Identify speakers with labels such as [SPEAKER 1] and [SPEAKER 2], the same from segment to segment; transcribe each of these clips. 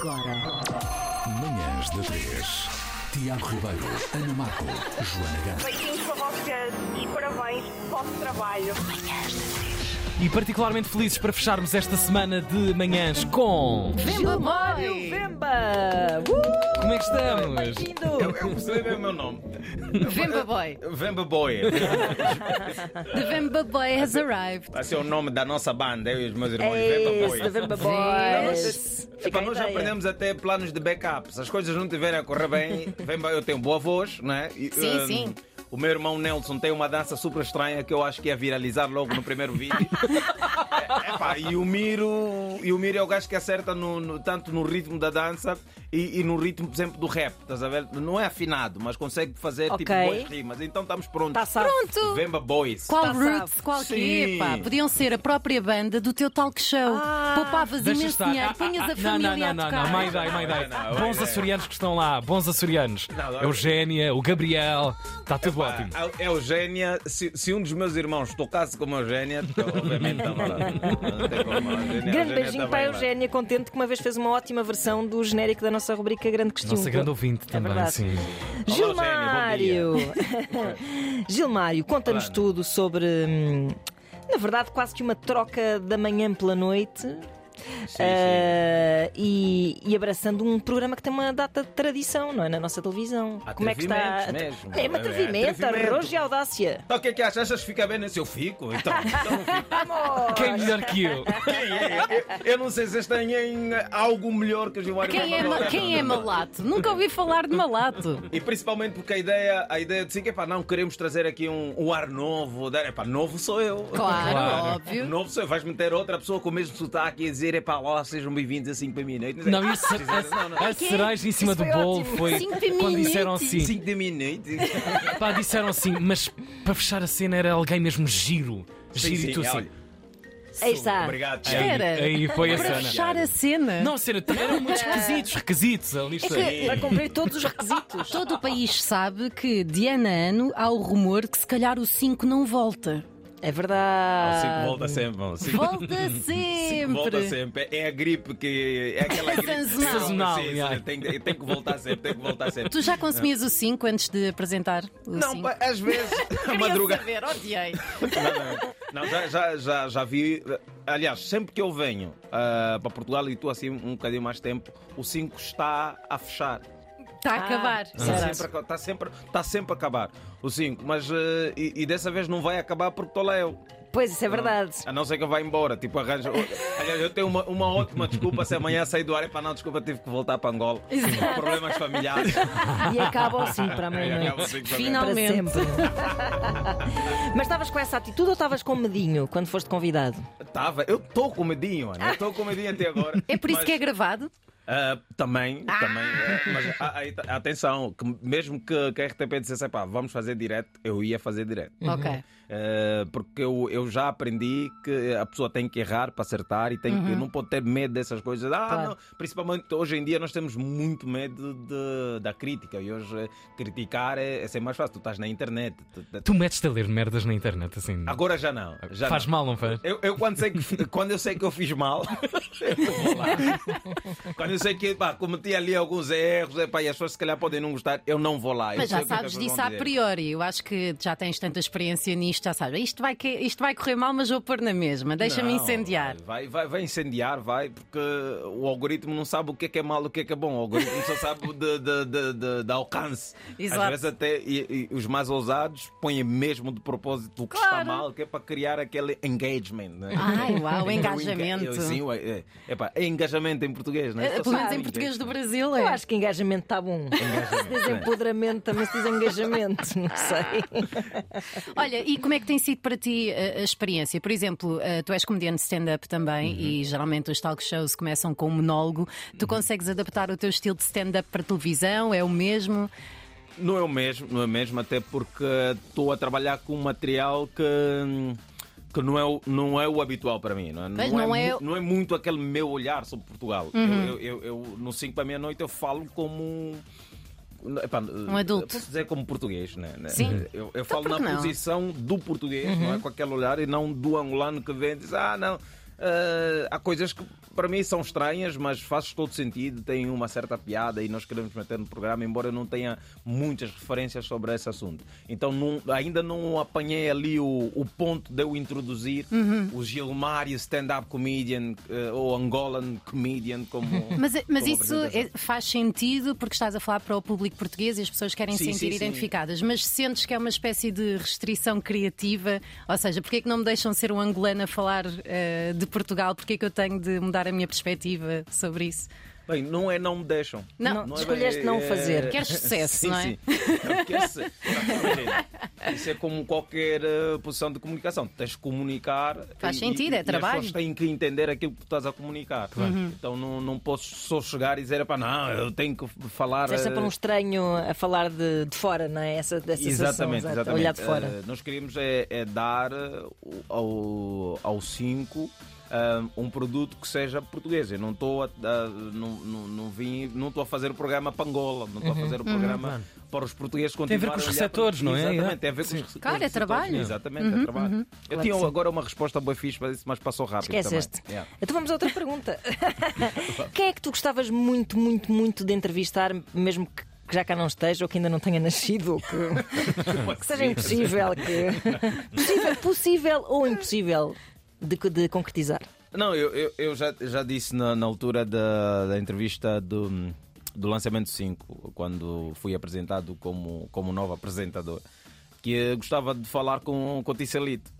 [SPEAKER 1] Agora.
[SPEAKER 2] Manhãs da 3. Tiago Ribeiro, Ana Marco, Joana Gama.
[SPEAKER 3] Beijinhos para vocês e parabéns pelo vosso trabalho.
[SPEAKER 4] E particularmente felizes para fecharmos esta semana de manhãs com.
[SPEAKER 1] Vemba Mório! Vemba! Uh!
[SPEAKER 4] Como é que estamos?
[SPEAKER 1] Bem-vindo!
[SPEAKER 5] Eu gostei do meu nome.
[SPEAKER 1] Vemba Boy!
[SPEAKER 5] Vemba Boy.
[SPEAKER 6] The Vemba Boy has arrived.
[SPEAKER 5] Vai ser o nome da nossa banda, eu e os meus irmãos.
[SPEAKER 1] É
[SPEAKER 5] Vemba Boy.
[SPEAKER 1] isso, Vemba Boy!
[SPEAKER 6] Yes.
[SPEAKER 1] É
[SPEAKER 5] Epá, nós já aprendemos até planos de backup. Se as coisas não estiverem a correr bem, Vemba, eu tenho boa voz, não é? E,
[SPEAKER 6] Sim,
[SPEAKER 5] hum,
[SPEAKER 6] sim.
[SPEAKER 5] O meu irmão Nelson tem uma dança super estranha que eu acho que ia viralizar logo no primeiro vídeo. É, epá, e o Miro, e o Miro é o gajo que acerta no- no- tanto no ritmo da dança e, e no ritmo, por exemplo, do rap. Estás a ver? Não é afinado, mas consegue fazer tipo
[SPEAKER 1] Ok. Tá
[SPEAKER 5] boas rimas. Então estamos prontos.
[SPEAKER 1] Está sabe?
[SPEAKER 6] Pronto!
[SPEAKER 5] Vemba Boys.
[SPEAKER 6] Qual
[SPEAKER 1] Passava.
[SPEAKER 6] roots, qual quê?
[SPEAKER 5] Sim.
[SPEAKER 6] Pá, podiam ser a própria banda do teu talk show. Poupavas
[SPEAKER 4] Ah, Deixa
[SPEAKER 6] imenso
[SPEAKER 4] estar.
[SPEAKER 6] dinheiro,
[SPEAKER 4] Ah, ah,
[SPEAKER 6] punhas
[SPEAKER 4] ah,
[SPEAKER 6] a
[SPEAKER 4] não, não,
[SPEAKER 6] família
[SPEAKER 4] não,
[SPEAKER 6] a
[SPEAKER 4] não,
[SPEAKER 6] tocar.
[SPEAKER 4] não, my day, my day.
[SPEAKER 5] Não, não,
[SPEAKER 4] Bons
[SPEAKER 5] vai,
[SPEAKER 4] açorianos que estão lá, bons açorianos.
[SPEAKER 5] Não, não.
[SPEAKER 4] Eugénia, o Gabriel, está tudo ótimo.
[SPEAKER 5] Ah, a- a Eugénia, se, se um dos meus irmãos tocasse como a Eugénia, obviamente estava lá. Não tem como, a Eugénia- a
[SPEAKER 1] Grande
[SPEAKER 5] Eugénia
[SPEAKER 1] beijinho para
[SPEAKER 5] está
[SPEAKER 1] a
[SPEAKER 5] bem lá.
[SPEAKER 1] Eugénia, contente que uma vez fez uma ótima versão do genérico da nossa rubrica Grande Questão.
[SPEAKER 4] Nossa grande
[SPEAKER 6] É
[SPEAKER 4] ouvinte também,
[SPEAKER 1] verdade.
[SPEAKER 4] sim.
[SPEAKER 1] Gilmário!
[SPEAKER 5] Olá,
[SPEAKER 1] Gilmário, conta-nos
[SPEAKER 5] Olá.
[SPEAKER 1] tudo sobre. hum, Na verdade, quase que uma troca da manhã pela noite. Ah, e, e abraçando um programa que tem uma data de tradição, não é? Na nossa televisão. Como é que está?
[SPEAKER 5] Atrevimentos mesmo.
[SPEAKER 1] É um
[SPEAKER 5] É, é
[SPEAKER 1] atrevimento,
[SPEAKER 5] atrevimento.
[SPEAKER 1] arrojo e audácia.
[SPEAKER 5] Então o que é que achas? Achas que fica bem nesse? Eu fico? Então, então não fico.
[SPEAKER 1] Amor!
[SPEAKER 4] Quem melhor que eu?
[SPEAKER 5] Quem é? Eu, eu não sei se eles têm em algo melhor que o Gilmário
[SPEAKER 6] Quem é,
[SPEAKER 5] Barbosa,
[SPEAKER 6] ma- quem
[SPEAKER 5] não.
[SPEAKER 6] é malato? Nunca ouvi falar de malato.
[SPEAKER 5] E principalmente porque a ideia, a ideia de sim, que epá, não queremos trazer aqui um, um ar novo, dar, epá, novo sou eu.
[SPEAKER 6] Claro,
[SPEAKER 4] Claro.
[SPEAKER 6] óbvio.
[SPEAKER 5] Novo sou eu, vais meter outra pessoa com o mesmo sotaque e dizer, epá, olá, sejam bem-vindos a 5 para minutos.
[SPEAKER 4] Não, isso, é assim. a, a cereja em cima do
[SPEAKER 1] foi
[SPEAKER 4] bolo
[SPEAKER 1] ótimo.
[SPEAKER 4] foi
[SPEAKER 6] Cinco minutos.
[SPEAKER 4] quando disseram assim.
[SPEAKER 5] 5 de minutos.
[SPEAKER 4] Pá, disseram assim, mas para fechar a cena era alguém mesmo giro. Giro e tu assim.
[SPEAKER 5] é olha,
[SPEAKER 1] Aí está.
[SPEAKER 5] Obrigado, Tiago.
[SPEAKER 6] Espera.
[SPEAKER 4] Aí foi a
[SPEAKER 6] Para
[SPEAKER 4] cena.
[SPEAKER 6] fechar a cena.
[SPEAKER 4] é Não, sério, também eram muitos requisitos, requisitos ali.
[SPEAKER 6] É
[SPEAKER 4] está.
[SPEAKER 6] que
[SPEAKER 1] Vai cumprir todos os requisitos.
[SPEAKER 6] todo o país sabe que de ano a ano há o rumor que se calhar o 5 não volta.
[SPEAKER 1] É verdade.
[SPEAKER 5] Cinco volta sempre, bom. Cinco
[SPEAKER 6] Ah, Volta
[SPEAKER 5] Volta
[SPEAKER 6] sempre.
[SPEAKER 5] sempre. É a gripe que. É aquela gripe
[SPEAKER 6] Sazonal.
[SPEAKER 4] Sazonal,
[SPEAKER 5] Sim, sim,
[SPEAKER 4] yeah.
[SPEAKER 5] tem, que- tem que voltar sempre, tem que voltar sempre.
[SPEAKER 6] Tu já consumias o 5 antes de apresentar o
[SPEAKER 5] Não,
[SPEAKER 6] 5?
[SPEAKER 5] pá, às vezes, a madrugada.
[SPEAKER 6] saber, odiei.
[SPEAKER 5] Não, não, já, já, já, já vi. Aliás, sempre que eu venho ah, para Portugal e tu assim um bocadinho mais tempo, o 5 está a fechar.
[SPEAKER 6] Está a acabar.
[SPEAKER 5] Está sempre, a- está, sempre, está sempre a acabar o 5, mas ah, e, e dessa vez não vai acabar porque estou lá eu.
[SPEAKER 1] Pois, isso é verdade.
[SPEAKER 5] A não ser que eu vá embora, tipo arranja. Aliás, eu tenho uma, uma ótima desculpa se amanhã sair do ar. Epá, não, desculpa, tive que voltar para Angola. Problemas familiares.
[SPEAKER 1] E acaba assim para a meia-noite.
[SPEAKER 5] Acaba assim com a
[SPEAKER 6] Final-
[SPEAKER 1] Para
[SPEAKER 6] Finalmente.
[SPEAKER 1] sempre. Mas estavas com essa atitude ou estavas com medinho quando foste convidado?
[SPEAKER 5] Tava, eu estou com medinho, Ana. Eu estou com medinho até agora.
[SPEAKER 6] É por isso que é gravado?
[SPEAKER 5] Ah, também, também. ah, mas a- a- a- atenção, que mesmo que, que a RTP dissesse, pá, vamos fazer direto, eu ia fazer direto.
[SPEAKER 6] Ok.
[SPEAKER 5] Ah, porque eu, eu já aprendi que a pessoa tem que errar para acertar e tem que, não pode ter medo dessas coisas. Ah, não, principalmente hoje em dia nós temos muito medo de- da crítica e hoje eh, criticar é, é sempre mais fácil. Tu estás na internet. tu- tu-
[SPEAKER 4] Tu metes-te a ler merdas na internet assim.
[SPEAKER 5] Agora já não. Já
[SPEAKER 4] faz
[SPEAKER 5] não.
[SPEAKER 4] mal, não faz?
[SPEAKER 5] Eu, eu quando, sei que, quando eu sei que eu fiz mal, eu vou lá. quando eu sei que pá, cometi ali alguns erros epá, e as pessoas se calhar podem não gostar, eu não vou lá. Eu
[SPEAKER 6] Mas
[SPEAKER 5] sei
[SPEAKER 6] já
[SPEAKER 5] o que é que
[SPEAKER 6] sabes
[SPEAKER 5] as pessoas
[SPEAKER 6] disso
[SPEAKER 5] vão
[SPEAKER 6] a
[SPEAKER 5] dizer.
[SPEAKER 6] priori. Eu acho que já tens tanta experiência nisto, já sabes. Isto vai, que- isto vai correr mal, mas vou pôr na mesma. Deixa-me
[SPEAKER 5] Não,
[SPEAKER 6] incendiar.
[SPEAKER 5] Vai, vai, vai incendiar, vai, porque o algoritmo não sabe o que é que é mal e o que é que é bom. O algoritmo só sabe de, de, de, de- de alcance.
[SPEAKER 6] Exato.
[SPEAKER 5] Às vezes até e- e os mais ousados põem mesmo de propósito o que está
[SPEAKER 6] Claro. Ah,
[SPEAKER 5] mal, que é para criar aquele engagement. Né?
[SPEAKER 6] Ai, uau,
[SPEAKER 5] Então,
[SPEAKER 6] engajamento.
[SPEAKER 5] enga- Sim, ué, é, epá, é engajamento em português, não é?
[SPEAKER 6] Eh, Pelo menos em português do Brasil
[SPEAKER 1] Eu
[SPEAKER 6] é.
[SPEAKER 1] acho que engajamento está bom. Se diz empoderamento, também se diz engajamento. Não sei.
[SPEAKER 6] Olha, e como é que tem sido para ti eh, a, experiência? Por exemplo, eh, tu és comediante de stand-up também
[SPEAKER 5] Uhum.
[SPEAKER 6] e geralmente os talk shows começam com um monólogo. Tu consegues adaptar o teu estilo de stand-up para televisão? É o mesmo?
[SPEAKER 5] Não é o mesmo, não é o mesmo, até porque estou a trabalhar com um material que, que não, é, o- não é o habitual para mim. Não é,
[SPEAKER 6] Pois, não é
[SPEAKER 5] mu-
[SPEAKER 6] o- Uhum.
[SPEAKER 5] não é muito aquele meu olhar sobre Portugal. Eu, eu, eu- no 5 para meia-noite eu falo como. Epá, eh,
[SPEAKER 6] Um adulto.
[SPEAKER 5] Posso dizer como português, né? né?
[SPEAKER 6] Sim.
[SPEAKER 5] Eu, eu falo
[SPEAKER 6] por
[SPEAKER 5] na
[SPEAKER 6] que não?
[SPEAKER 5] posição do português, não é? Com aquele olhar e não do angolano que vem e diz: ah, não. eh, há coisas que para mim são estranhas, mas faz todo sentido, tem uma certa piada e nós queremos meter no programa, embora eu não tenha muitas referências sobre esse assunto. Então não- ainda não apanhei ali o, o ponto de eu introduzir
[SPEAKER 6] Uhum.
[SPEAKER 5] o Gilmar e o stand-up comedian eh, ou Angolan comedian como.
[SPEAKER 6] Mas, eh, mas
[SPEAKER 5] como
[SPEAKER 6] isso
[SPEAKER 5] apresentação.
[SPEAKER 6] é- faz sentido porque estás a falar para o público português e as pessoas querem
[SPEAKER 5] Sim,
[SPEAKER 6] sentir
[SPEAKER 5] sim, sim.
[SPEAKER 6] identificadas. Mas sentes que é uma espécie de restrição criativa? Ou seja, porquê é que não me deixam ser um angolano a falar eh, de Portugal? Porquê é que eu tenho de mudar a minha perspectiva sobre isso?
[SPEAKER 5] Bem, não é não me deixam.
[SPEAKER 6] Não.
[SPEAKER 5] é
[SPEAKER 1] Escolheste
[SPEAKER 5] bem,
[SPEAKER 1] não
[SPEAKER 5] é-
[SPEAKER 1] fazer.
[SPEAKER 6] Queres sucesso,
[SPEAKER 5] sim,
[SPEAKER 6] não é?
[SPEAKER 5] Sim. Não, queres sucesso. Não, imagina, Isso é como qualquer eh, posição de comunicação. Tens de comunicar.
[SPEAKER 6] Faz
[SPEAKER 5] e-
[SPEAKER 6] sentido,
[SPEAKER 5] e-
[SPEAKER 6] é
[SPEAKER 5] e
[SPEAKER 6] trabalho. Uhum.
[SPEAKER 5] As pessoas têm que entender aquilo que tu estás a comunicar. Então não, não posso só chegar e dizer, "Epá, não, eu tenho que falar.
[SPEAKER 1] Estás
[SPEAKER 5] eh,
[SPEAKER 1] sempre um estranho a falar de, de fora, não é? Essa, dessa sensação,
[SPEAKER 5] Exatamente,
[SPEAKER 1] exato,
[SPEAKER 5] exatamente.
[SPEAKER 1] olhar de fora.
[SPEAKER 5] Eh, nós queríamos é, é dar eh, o- ao, ao 5 um produto que seja português. Eu não estou a, a- não, não, não vim, não estou a fazer o programa para Angola, não estou
[SPEAKER 4] Uhum.
[SPEAKER 5] a fazer o programa para os portugueses
[SPEAKER 4] a ver
[SPEAKER 5] continuarem
[SPEAKER 4] com os
[SPEAKER 5] olhar para-
[SPEAKER 4] receptores, não é?
[SPEAKER 5] Exatamente, tem a ver com os receptores.
[SPEAKER 6] Claro, é trabalho.
[SPEAKER 5] Exatamente,
[SPEAKER 1] Uhum,
[SPEAKER 5] é trabalho. Eu tinha agora uma resposta boa fixe para isso, mas passou rápido
[SPEAKER 1] Esqueceste.
[SPEAKER 5] também. Yeah.
[SPEAKER 1] Então vamos a outra pergunta. Quem é que tu gostavas muito, muito, muito de entrevistar, mesmo que, que já cá não esteja, ou que ainda não tenha nascido, ou que, que seja impossível, que possível, possível ou impossível de, co- de concretizar?
[SPEAKER 5] Não, eu, eu, eu já, já disse na, na altura da, da entrevista do, do lançamento 5, quando fui apresentado como, como novo apresentador, que eu gostava de falar com, com o Ticelito,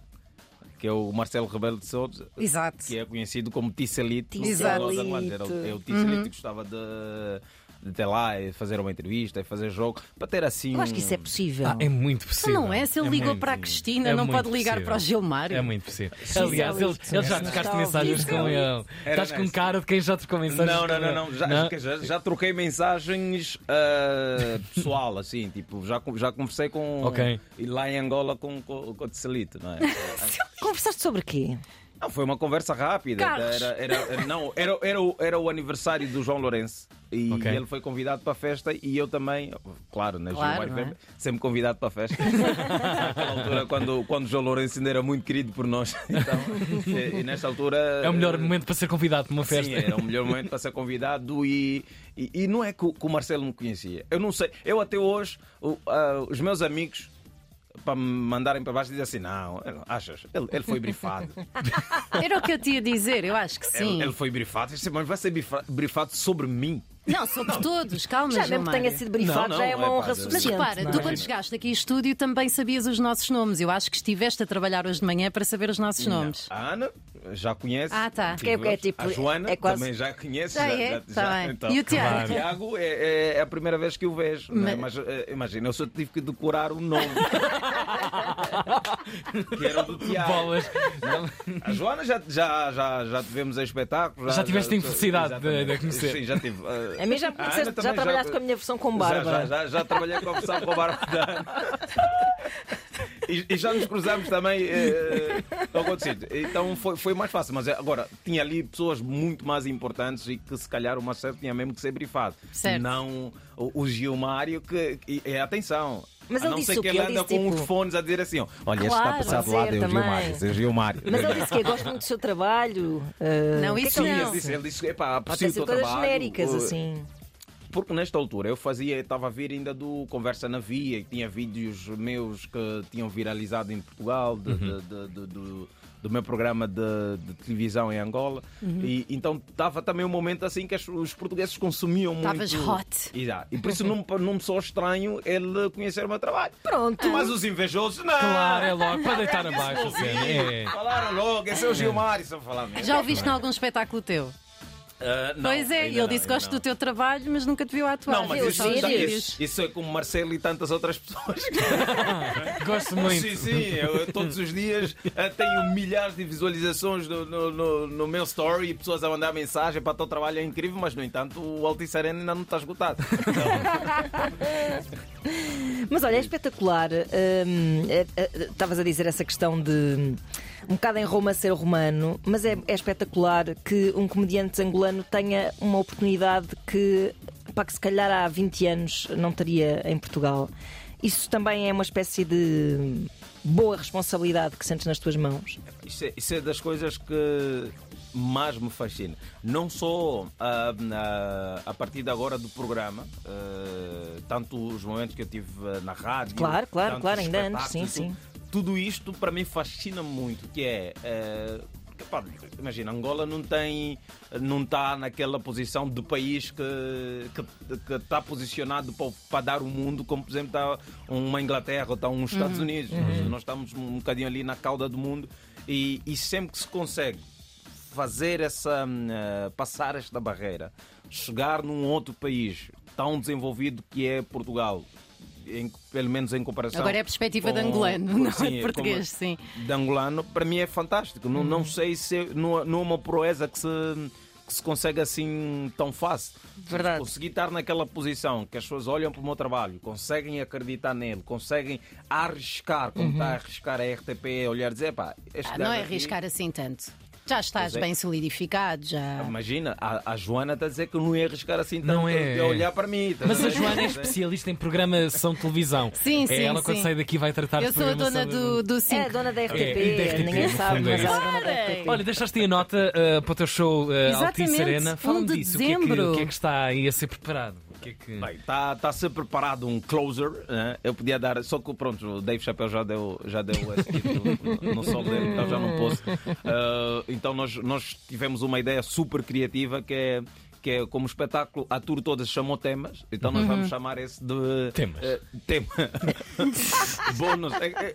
[SPEAKER 5] que é o Marcelo Rebelo de Souza,
[SPEAKER 6] Exato.
[SPEAKER 5] que é conhecido como Ticelito.
[SPEAKER 1] Ticelito.
[SPEAKER 5] Dos angolanos. Era o- É o
[SPEAKER 1] Uhum.
[SPEAKER 5] Ticelito que gostava de, de ter lá e fazer uma entrevista e fazer jogo, para ter assim.
[SPEAKER 1] Eu acho que isso é
[SPEAKER 5] um-
[SPEAKER 1] possível.
[SPEAKER 4] Ah, é muito possível.
[SPEAKER 6] Não é? Se ele ligou
[SPEAKER 4] muito-
[SPEAKER 6] para a Cristina,
[SPEAKER 4] é
[SPEAKER 6] não
[SPEAKER 4] muito
[SPEAKER 6] pode ligar
[SPEAKER 4] possível.
[SPEAKER 6] para o Gilmar. é
[SPEAKER 4] É muito possível. Aliás, ele, ele já trocaste
[SPEAKER 1] Está
[SPEAKER 4] mensagens
[SPEAKER 1] ouvido.
[SPEAKER 4] com ele.
[SPEAKER 5] Era
[SPEAKER 4] Estás com
[SPEAKER 5] nice.
[SPEAKER 4] cara de quem já trocou mensagens
[SPEAKER 5] Não,
[SPEAKER 4] com
[SPEAKER 5] não, não,
[SPEAKER 4] ele.
[SPEAKER 5] não. Já, já- já troquei mensagens ah, pessoal, assim, tipo, já, con- já conversei com.
[SPEAKER 4] Ok.
[SPEAKER 5] e Lá em Angola com, com, com o Tselito, não é?
[SPEAKER 1] Conversaste sobre quê?
[SPEAKER 5] Não, foi uma conversa rápida.
[SPEAKER 6] Carros.
[SPEAKER 5] Era, era, era- não, era, era, o, era o aniversário do João Lourenço. E
[SPEAKER 4] Ok.
[SPEAKER 5] ele foi convidado para a festa e eu também, claro, né,
[SPEAKER 6] Claro,
[SPEAKER 5] Gilmar
[SPEAKER 6] não é?
[SPEAKER 5] Weber, sempre convidado para a festa. Naquela altura, quando, quando o João Lourenço ainda era muito querido por nós. Então, e, e nesta altura.
[SPEAKER 4] É o melhor
[SPEAKER 5] eh,
[SPEAKER 4] momento para ser convidado para uma festa.
[SPEAKER 5] Sim, era o melhor momento para ser convidado e, e, e não é que o, que o Marcelo me conhecia. Eu não sei, eu até hoje, o- ah, os meus amigos para me mandarem para baixo dizem assim: não, achas, ele, ele foi brifado.
[SPEAKER 6] Era o que eu tinha a dizer, eu acho que sim.
[SPEAKER 5] ele, ele foi brifado. Eu disse, mas vai ser brifa- brifado sobre mim.
[SPEAKER 6] Não, sobre todos, calma,
[SPEAKER 1] Já mesmo que
[SPEAKER 6] Gilmar.
[SPEAKER 1] tenha sido brifado,
[SPEAKER 5] Não, não,
[SPEAKER 1] já é uma
[SPEAKER 5] é pá,
[SPEAKER 1] honra
[SPEAKER 5] mas
[SPEAKER 6] Mas
[SPEAKER 1] suficiente.
[SPEAKER 6] repara,
[SPEAKER 1] não
[SPEAKER 6] tu
[SPEAKER 1] é?
[SPEAKER 6] quando chegaste aqui em estúdio também sabias os nossos nomes. Eu acho que estiveste a trabalhar hoje de manhã para saber os nossos nomes.
[SPEAKER 5] A Ana já conhece.
[SPEAKER 6] Ah, tá.
[SPEAKER 5] Tive
[SPEAKER 1] Porque é tipo,
[SPEAKER 5] a Joana
[SPEAKER 1] é quase-
[SPEAKER 5] também já conhece.
[SPEAKER 6] Já
[SPEAKER 5] já-
[SPEAKER 6] é?
[SPEAKER 5] já-
[SPEAKER 6] Tá
[SPEAKER 5] já-
[SPEAKER 6] bem.
[SPEAKER 5] então.
[SPEAKER 6] E o Tiago?
[SPEAKER 5] O Tiago é, é a primeira vez que o vejo. não é?
[SPEAKER 6] Mas-
[SPEAKER 5] Mas, eh, imagina, eu só tive que decorar o nome. que era o do Tiago.
[SPEAKER 4] Bolas.
[SPEAKER 5] A Joana já, já, já, já tivemos em espetáculo.
[SPEAKER 4] Já tiveste a infelicidade de-
[SPEAKER 5] exatamente.
[SPEAKER 4] de a conhecer.
[SPEAKER 5] Sim, já tive. eh,
[SPEAKER 1] A mim já, me
[SPEAKER 5] a Ana
[SPEAKER 1] conheceste- já
[SPEAKER 5] também
[SPEAKER 1] trabalhaste com a minha versão com barba.
[SPEAKER 5] Já, já, já, já trabalhei com a versão com barba da Ana. E, e já nos cruzámos também eh, ao outro sítio. Então foi, foi mais fácil. Mas eh, agora, tinha ali pessoas muito mais importantes e que se calhar o Marcelo tinha mesmo que ser brifado.
[SPEAKER 6] Certo.
[SPEAKER 5] Não o, o Gilmário, que. E, e atenção.
[SPEAKER 1] Mas
[SPEAKER 5] a
[SPEAKER 1] ele
[SPEAKER 5] não
[SPEAKER 1] disse
[SPEAKER 5] ser
[SPEAKER 1] o
[SPEAKER 5] que
[SPEAKER 1] quê?
[SPEAKER 5] ele
[SPEAKER 1] Ele
[SPEAKER 5] anda
[SPEAKER 1] disse,
[SPEAKER 5] com
[SPEAKER 1] tipo-
[SPEAKER 5] uns fones a dizer assim: ó, olha, este está a
[SPEAKER 6] Claro,
[SPEAKER 5] passar do
[SPEAKER 1] pode
[SPEAKER 5] lado,
[SPEAKER 1] ser
[SPEAKER 5] é o Gilmário.
[SPEAKER 1] também.
[SPEAKER 5] esse é o Gilmário.
[SPEAKER 1] Mas ele disse que gosta muito do seu trabalho. eh,
[SPEAKER 6] Não,
[SPEAKER 1] o que é
[SPEAKER 6] isso
[SPEAKER 1] que ele
[SPEAKER 6] não.
[SPEAKER 5] Ele
[SPEAKER 1] disse?
[SPEAKER 5] disse, ele disse, epá,
[SPEAKER 1] Pode
[SPEAKER 5] aprecio
[SPEAKER 1] ter
[SPEAKER 5] o teu
[SPEAKER 1] sido coisas
[SPEAKER 5] trabalho.
[SPEAKER 1] genéricas,
[SPEAKER 5] eh,
[SPEAKER 1] assim.
[SPEAKER 5] Porque nesta altura eu fazia, estava a vir ainda do Conversa na Via e tinha vídeos meus que tinham viralizado em Portugal, de- de- de- de- do, do meu programa de, de televisão em Angola.
[SPEAKER 6] Uhum.
[SPEAKER 5] E, então estava também um momento assim que as- os portugueses consumiam
[SPEAKER 6] Estavas
[SPEAKER 5] muito.
[SPEAKER 6] hot.
[SPEAKER 5] Exato. E por isso não, me- não me sou estranho ele conhecer o meu trabalho.
[SPEAKER 6] Ah.
[SPEAKER 1] Pronto.
[SPEAKER 5] Mas os invejosos não!
[SPEAKER 4] Claro, é logo. Para deitar abaixo a cena. É.
[SPEAKER 5] Falaram logo, esse é
[SPEAKER 6] Ah.
[SPEAKER 5] o Gilmar, isso eu falar mesmo.
[SPEAKER 6] Já ouviste em algum espetáculo teu?
[SPEAKER 5] Ah, não,
[SPEAKER 6] pois é,
[SPEAKER 5] ainda
[SPEAKER 6] ele
[SPEAKER 5] não,
[SPEAKER 6] disse
[SPEAKER 5] ainda
[SPEAKER 6] gosto
[SPEAKER 5] não.
[SPEAKER 6] do teu trabalho, mas nunca te viu atuar.
[SPEAKER 5] Não, mas
[SPEAKER 1] Viu,
[SPEAKER 5] isso,
[SPEAKER 1] são
[SPEAKER 5] já-
[SPEAKER 1] vídeos.
[SPEAKER 5] isso- isso é como Marcelo e tantas outras pessoas.
[SPEAKER 4] Gosto muito.
[SPEAKER 5] Sim, sim, eu, eu todos os dias eh, tenho milhares de visualizações no, no, no- no meu story e pessoas a mandar mensagem para o teu trabalho é incrível, mas no entanto o Altice Arena ainda não está esgotado.
[SPEAKER 1] Mas olha, é espetacular. hum, é- é- Estavas a dizer essa questão de um bocado em Roma ser romano, mas é, é espetacular que um comediante angolano tenha uma oportunidade que, pá, que se calhar há 20 anos não teria em Portugal. Isso também é uma espécie de boa responsabilidade que sentes nas tuas mãos.
[SPEAKER 5] Isso é, isso é das coisas que mais me fascina. Não só ah, na- a partir de agora do programa, ah, tanto os momentos que eu tive ah, na rádio.
[SPEAKER 1] Claro, claro,
[SPEAKER 5] tanto
[SPEAKER 1] claro,
[SPEAKER 5] os
[SPEAKER 1] ainda antes,
[SPEAKER 5] espetáculos,
[SPEAKER 1] sim,
[SPEAKER 5] tudo- Tudo isto para mim fascina muito, que é. ah, que, pá, Imagina, Angola não tem, não está naquela posição de país que que- que está posicionado para, para dar o mundo, como por exemplo está uma Inglaterra ou está uns Estados Unidos. Nós, nós estamos um bocadinho ali na cauda do mundo e- e sempre que se consegue fazer essa hum, eh, passar esta barreira, chegar num outro país tão desenvolvido que é Portugal, em- pelo menos em comparação.
[SPEAKER 6] Agora é a perspectiva de angolano, não é de português,
[SPEAKER 5] como-
[SPEAKER 6] sim. Hum.
[SPEAKER 5] De angolano, para mim é fantástico. Não, não sei se não, não é uma proeza que se que se consegue assim tão fácil.
[SPEAKER 1] Verdade.
[SPEAKER 5] Conseguir estar naquela posição que as pessoas olham para o meu trabalho, conseguem acreditar nele, conseguem arriscar, como está a arriscar a RTP, olhar e dizer, pá, este
[SPEAKER 6] Uhum. Ah,
[SPEAKER 5] gajo
[SPEAKER 6] não é
[SPEAKER 5] aqui-
[SPEAKER 6] arriscar assim tanto. Já estás
[SPEAKER 5] Pois é. um
[SPEAKER 6] bem solidificado, já.
[SPEAKER 5] Imagina, a, a Joana está a dizer que eu não ia arriscar assim tanto
[SPEAKER 4] Não é.
[SPEAKER 5] de olhar para mim. estás
[SPEAKER 4] Mas a
[SPEAKER 5] ver?
[SPEAKER 4] Joana é especialista em programação de televisão.
[SPEAKER 6] Sim,
[SPEAKER 4] é
[SPEAKER 6] sim,
[SPEAKER 4] Ela quando
[SPEAKER 6] sim.
[SPEAKER 4] sair daqui vai tratar
[SPEAKER 6] Eu
[SPEAKER 4] de
[SPEAKER 6] sou a
[SPEAKER 4] programação
[SPEAKER 6] dona
[SPEAKER 4] de-
[SPEAKER 6] do, do
[SPEAKER 1] É a
[SPEAKER 6] 5.
[SPEAKER 1] dona da RTP,
[SPEAKER 4] É, da RTP,
[SPEAKER 1] ninguém
[SPEAKER 4] no
[SPEAKER 1] sabe,
[SPEAKER 4] fundo é
[SPEAKER 1] mas ela é a dona da
[SPEAKER 6] Parem!
[SPEAKER 1] RTP.
[SPEAKER 4] Olha, deixaste aí a nota eh, para o teu show eh,
[SPEAKER 6] Exatamente,
[SPEAKER 4] Altice Arena. Fala-me
[SPEAKER 6] 1 de
[SPEAKER 4] disso. O que, é que,
[SPEAKER 6] dezembro.
[SPEAKER 4] o que é que está aí a ser preparado? O que é que...
[SPEAKER 5] Bem, está tá a ser preparado um closer. né? Eu podia dar, só que pronto, o Dave Chappelle já deu, já deu esse tipo título no solo dele, então já não posso. Ah, então nós, nós tivemos uma ideia super criativa que é. Que é como espetáculo, a tour toda se chamou temas, então nós vamos chamar esse de.
[SPEAKER 4] Temas.
[SPEAKER 5] eh, tema. Bônus. É, é- é-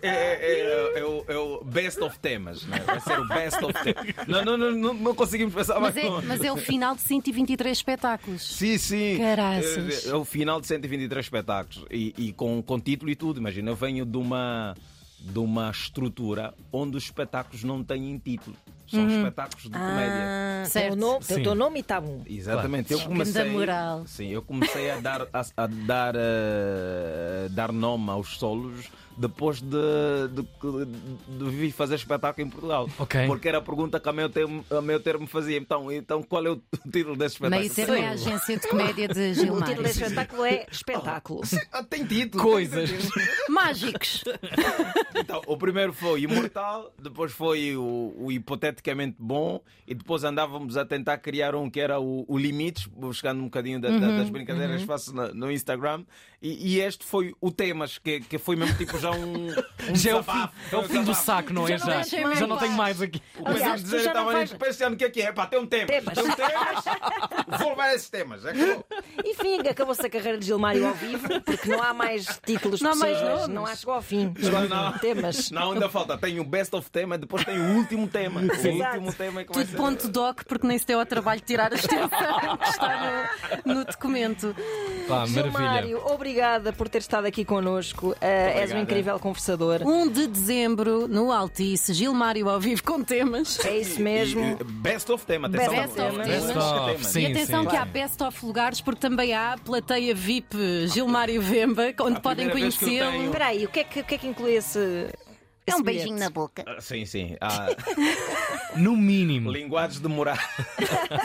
[SPEAKER 5] é- é o, é o best of temas, né? Vai ser o best of temas. Não, não, não, não, não conseguimos pensar
[SPEAKER 6] Mas
[SPEAKER 5] mais
[SPEAKER 6] é,
[SPEAKER 5] longe.
[SPEAKER 6] mas é o final de 123 espetáculos.
[SPEAKER 5] Sim, sim.
[SPEAKER 6] Caraças.
[SPEAKER 5] É, É o final de 123 espetáculos e, e com, com título e tudo. Imagina, eu venho de uma, de uma estrutura onde os espetáculos não têm título. São
[SPEAKER 6] Uhum.
[SPEAKER 5] espetáculos de comédia.
[SPEAKER 1] Ah,
[SPEAKER 6] Certo.
[SPEAKER 1] o nome-
[SPEAKER 4] Sim.
[SPEAKER 1] o teu nome está bom.
[SPEAKER 5] Exatamente, eu
[SPEAKER 6] Claro. Ganda
[SPEAKER 5] comecei,
[SPEAKER 6] moral.
[SPEAKER 5] sim, eu comecei a dar a, a dar eh, dar nome aos solos depois de, de, que- de vir fazer espetáculo em Portugal.
[SPEAKER 4] Ok.
[SPEAKER 5] Porque era a pergunta que a meu termo, a meu termo fazia. Então, então qual é o título desse espetáculo?
[SPEAKER 6] Meio termo é a agência de comédia de
[SPEAKER 1] O
[SPEAKER 6] Gilmar.
[SPEAKER 1] título deste espetáculo é Espetáculo.
[SPEAKER 5] Ah, Tem título.
[SPEAKER 4] Coisas.
[SPEAKER 6] Mágicos.
[SPEAKER 5] Então, o primeiro foi Imortal, depois foi o, o Hipoteticamente Bom, e depois andávamos a tentar criar um que era o, o Limites, buscando um bocadinho da- da-
[SPEAKER 4] Uhum,
[SPEAKER 5] das brincadeiras que faço na- no Instagram. E, e este foi o Temas, que, que foi mesmo tipo já um. um
[SPEAKER 4] Já é o fim,
[SPEAKER 5] desabafo,
[SPEAKER 4] é o
[SPEAKER 5] um
[SPEAKER 4] fim do
[SPEAKER 5] desabafo.
[SPEAKER 4] saco, não é?
[SPEAKER 6] Já não
[SPEAKER 4] Já,
[SPEAKER 6] deixei mais.
[SPEAKER 4] já não tenho mais aqui.
[SPEAKER 5] Mas eu
[SPEAKER 1] Aliás, tu
[SPEAKER 5] dizer,
[SPEAKER 1] já não
[SPEAKER 5] estava
[SPEAKER 1] vais-
[SPEAKER 5] ali, para este ano, o que é que é? Pá, tem um tema.
[SPEAKER 1] Temas.
[SPEAKER 5] Tem um temas. Vou levar esses temas. É que-
[SPEAKER 1] Enfim, acabou-se a carreira de Gilmário ao vivo, porque não há mais títulos
[SPEAKER 6] Não há mais
[SPEAKER 1] possíveis,
[SPEAKER 6] nomes.
[SPEAKER 1] não há, chegou ao fim.
[SPEAKER 5] Não, não.
[SPEAKER 1] Temas.
[SPEAKER 5] Não, ainda falta. Tem o best of tema, depois tem o último tema. O último
[SPEAKER 1] Exato.
[SPEAKER 5] tema é que vai
[SPEAKER 6] Tudo
[SPEAKER 5] ser.
[SPEAKER 6] ponto doc, porque nem se deu ao trabalho de tirar a extensão que está no, no documento.
[SPEAKER 4] Pá, maravilha.
[SPEAKER 1] Gilmário, obrigada por ter estado aqui connosco. Ah, és um
[SPEAKER 5] Obrigada.
[SPEAKER 1] incrível conversador.
[SPEAKER 6] 1 de dezembro, no Altice, Gilmário ao vivo com temas.
[SPEAKER 1] É isso mesmo.
[SPEAKER 5] E, e, Best of tema, atenção.
[SPEAKER 6] Best of
[SPEAKER 5] Best
[SPEAKER 6] temas.
[SPEAKER 5] of
[SPEAKER 4] Sim,
[SPEAKER 6] e atenção
[SPEAKER 4] sim,
[SPEAKER 6] que há
[SPEAKER 4] sim.
[SPEAKER 6] best of lugares, porque também há plateia VIP Gilmário Vemba, onde podem
[SPEAKER 5] primeira vez que eu
[SPEAKER 6] conhecê-lo.
[SPEAKER 5] tenho.
[SPEAKER 1] Espera aí, o que é que, o que, é que inclui esse.
[SPEAKER 6] É um
[SPEAKER 1] esse
[SPEAKER 6] beijinho
[SPEAKER 1] bilhete?
[SPEAKER 6] na boca.
[SPEAKER 5] Ah, Sim, sim. Ah,
[SPEAKER 4] No mínimo.
[SPEAKER 5] linguagens de morar.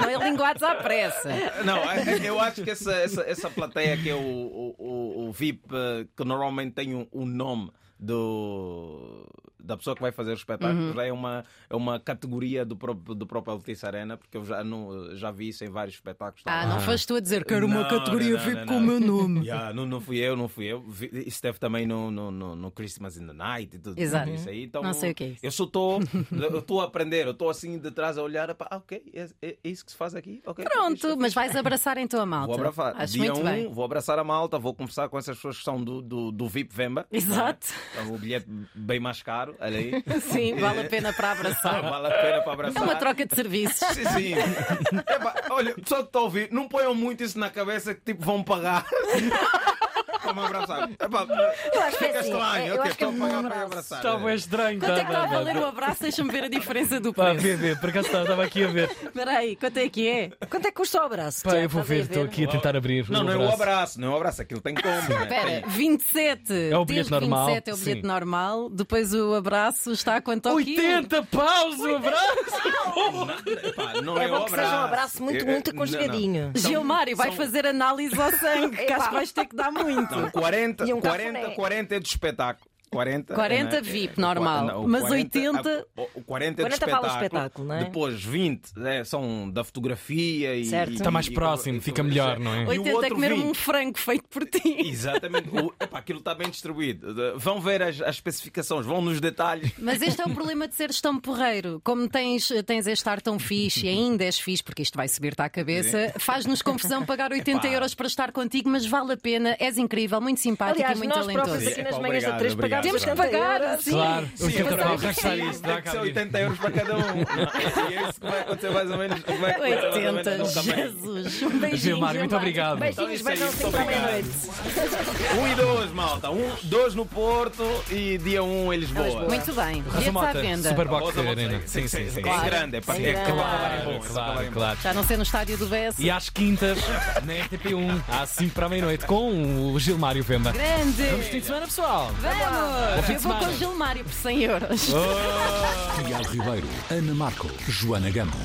[SPEAKER 6] Não é linguados à pressa.
[SPEAKER 5] Não, é- é- eu acho que essa, essa, essa plateia que é o, o, o- o VIP, eh, que normalmente tem o um, nome do, da pessoa que vai fazer o
[SPEAKER 6] Uhum.
[SPEAKER 5] espetáculo, já é uma, é uma categoria do próprio, do próprio Altice Arena, porque eu já, não, já vi isso em vários espetáculos. Então,
[SPEAKER 6] Ah, não foste tu a dizer que
[SPEAKER 5] Quero
[SPEAKER 6] era uma categoria VIP com o meu nome.
[SPEAKER 5] não, não fui eu, não fui eu. Vi- Isso teve também no, no, no, no Christmas in the Night e tudo
[SPEAKER 6] Exato.
[SPEAKER 5] isso aí. Então,
[SPEAKER 6] Não sei o que é isso.
[SPEAKER 5] Eu só estou eu estou a aprender, eu estou assim de trás a olhar, pá, ah, ok, é, é- é isso que se faz aqui. ok, isto é
[SPEAKER 6] Pronto, mas vais abraçar então a malta.
[SPEAKER 5] Vou abraçar.
[SPEAKER 6] Acho
[SPEAKER 5] Dia
[SPEAKER 6] muito
[SPEAKER 5] 1,
[SPEAKER 6] bem.
[SPEAKER 5] vou abraçar a malta, vou conversar com essas pessoas que são do, do, do VIP Vemba.
[SPEAKER 6] Exato.
[SPEAKER 5] não é? É o bilhete bem mais caro, olha aí.
[SPEAKER 6] Sim, vale a pena para
[SPEAKER 5] Ah,
[SPEAKER 6] abraçar.
[SPEAKER 5] vale a pena para
[SPEAKER 6] É
[SPEAKER 5] abraçar.
[SPEAKER 6] uma troca de serviços.
[SPEAKER 5] Sim, sim. Epá, olha, pessoal que está a ouvir, não ponham muito isso na cabeça que tipo vão pagar. Para me abraçar. Epá,
[SPEAKER 1] Eu acho que é
[SPEAKER 5] fica
[SPEAKER 1] assim,
[SPEAKER 5] estranho.
[SPEAKER 1] eu
[SPEAKER 5] ok,
[SPEAKER 1] acho que é
[SPEAKER 5] estão a pagar
[SPEAKER 1] um
[SPEAKER 5] para me
[SPEAKER 1] abraço.
[SPEAKER 5] abraçar.
[SPEAKER 4] Está bem estranho.
[SPEAKER 6] Quanto
[SPEAKER 4] tá,
[SPEAKER 6] é que está
[SPEAKER 4] tá,
[SPEAKER 6] a valer
[SPEAKER 4] tá.
[SPEAKER 6] o abraço? Deixa-me ver a diferença do
[SPEAKER 4] Pá,
[SPEAKER 6] preço.
[SPEAKER 4] vê, vê, por acaso estava aqui a ver.
[SPEAKER 6] Espera aí, quanto é que é?
[SPEAKER 1] Quanto é que custa o abraço?
[SPEAKER 4] Pá,
[SPEAKER 1] Tiago?
[SPEAKER 4] eu vou
[SPEAKER 1] Estás aí
[SPEAKER 4] ver,
[SPEAKER 1] a
[SPEAKER 4] estou aqui a tentar abrir. Um
[SPEAKER 5] Não, não é o
[SPEAKER 4] abraço.
[SPEAKER 5] abraço, não é o abraço, aquilo tem como. né? Tem-
[SPEAKER 6] Espera, 27.
[SPEAKER 4] É o
[SPEAKER 6] Desde
[SPEAKER 4] bilhete normal,
[SPEAKER 6] 27 é o bilhete
[SPEAKER 4] sim.
[SPEAKER 6] normal. Depois o abraço está a quanto ao quilo?
[SPEAKER 4] 80 paus o abraço!
[SPEAKER 5] Epá, não
[SPEAKER 1] É
[SPEAKER 5] é o
[SPEAKER 1] bom que
[SPEAKER 5] abraço.
[SPEAKER 1] seja um abraço muito, muito
[SPEAKER 5] É- não, não.
[SPEAKER 1] aconchegadinho.
[SPEAKER 6] Gilmário, vai fazer análise ao sangue, que
[SPEAKER 1] Epá.
[SPEAKER 6] acho que vais ter que dar muito.
[SPEAKER 5] Não, 40,
[SPEAKER 1] E um
[SPEAKER 5] 40,
[SPEAKER 1] cafuné.
[SPEAKER 5] 40 é do espetáculo. 40,
[SPEAKER 6] 40
[SPEAKER 5] né?
[SPEAKER 6] VIP, normal.
[SPEAKER 5] Não,
[SPEAKER 6] mas
[SPEAKER 5] 40,
[SPEAKER 6] 80.
[SPEAKER 5] o- o 40 é de
[SPEAKER 1] 40 vale o
[SPEAKER 5] espetáculo,
[SPEAKER 1] espetáculo, não é?
[SPEAKER 5] Depois 20 né, são da fotografia e.
[SPEAKER 1] Certo.
[SPEAKER 5] e-
[SPEAKER 1] Está
[SPEAKER 4] Tá mais
[SPEAKER 5] e-
[SPEAKER 4] próximo,
[SPEAKER 5] e-
[SPEAKER 4] fica melhor, não é?
[SPEAKER 5] E o
[SPEAKER 6] 80 é
[SPEAKER 5] outro
[SPEAKER 6] comer
[SPEAKER 5] 20.
[SPEAKER 6] um frango feito por ti.
[SPEAKER 5] Exatamente. O- epá, aquilo está bem distribuído. De- Vão ver as, as especificações, vão nos detalhes.
[SPEAKER 6] Mas este é o problema de seres tão porreiro. Como tens, tens este ar tão fixe e ainda és fixe, porque isto vai subir-te à cabeça, faz-nos confusão pagar 80
[SPEAKER 5] Epá.
[SPEAKER 6] euros para estar contigo, mas vale a pena, és incrível, muito simpático
[SPEAKER 1] Aliás,
[SPEAKER 6] e muito
[SPEAKER 1] nós próprios
[SPEAKER 6] talentoso.
[SPEAKER 1] aqui
[SPEAKER 5] Epá,
[SPEAKER 1] nas manhãs da
[SPEAKER 5] obrigado,
[SPEAKER 1] 3
[SPEAKER 5] obrigado,
[SPEAKER 1] pagámos
[SPEAKER 6] Temos que pagar, sim.
[SPEAKER 4] Claro,
[SPEAKER 6] Sim,
[SPEAKER 4] os
[SPEAKER 6] mas
[SPEAKER 4] 80
[SPEAKER 6] é
[SPEAKER 4] para gastar
[SPEAKER 6] incrível.
[SPEAKER 4] isso, dá
[SPEAKER 5] Tem que
[SPEAKER 4] cá
[SPEAKER 5] ser
[SPEAKER 4] a vida.
[SPEAKER 5] 80 euros para cada um. E é isso que vai acontecer mais ou menos. que Vai acontecer mais ou menos
[SPEAKER 6] 80,
[SPEAKER 5] no tamanho.
[SPEAKER 6] Jesus. Um beijinho.
[SPEAKER 4] Gilmar, muito
[SPEAKER 6] Gilmar.
[SPEAKER 4] obrigado.
[SPEAKER 1] Beijinhos,
[SPEAKER 5] Então, isso é
[SPEAKER 1] beijão
[SPEAKER 5] isso,
[SPEAKER 1] 5 da
[SPEAKER 5] obrigado.
[SPEAKER 1] meia-noite.
[SPEAKER 5] Um e dois, malta. Um, dois no Porto e dia um em Lisboa.
[SPEAKER 6] Muito bem,
[SPEAKER 4] Rafa
[SPEAKER 6] bilhetes à
[SPEAKER 4] Mota,
[SPEAKER 6] venda.
[SPEAKER 4] Superbox
[SPEAKER 5] Rosa Monte-
[SPEAKER 4] Arena.
[SPEAKER 5] Sim, sim, sim. É
[SPEAKER 6] Claro.
[SPEAKER 5] grande, é para
[SPEAKER 1] É
[SPEAKER 5] é
[SPEAKER 1] grande.
[SPEAKER 5] claro,
[SPEAKER 4] Claro, claro, claro.
[SPEAKER 6] Já não sei no estádio do BS.
[SPEAKER 4] E às quintas, na RTP1, às 5 para a meia-noite, com o Gilmário Vemba.
[SPEAKER 6] Grande!
[SPEAKER 4] Vamos fim de semana, pessoal! Bom
[SPEAKER 6] Vamos!
[SPEAKER 4] fim
[SPEAKER 6] Eu
[SPEAKER 4] de
[SPEAKER 6] vou com o
[SPEAKER 4] semana.
[SPEAKER 6] Gilmário por 100 euros.
[SPEAKER 2] Tiago Ribeiro, Ana Marco, Joana Gama.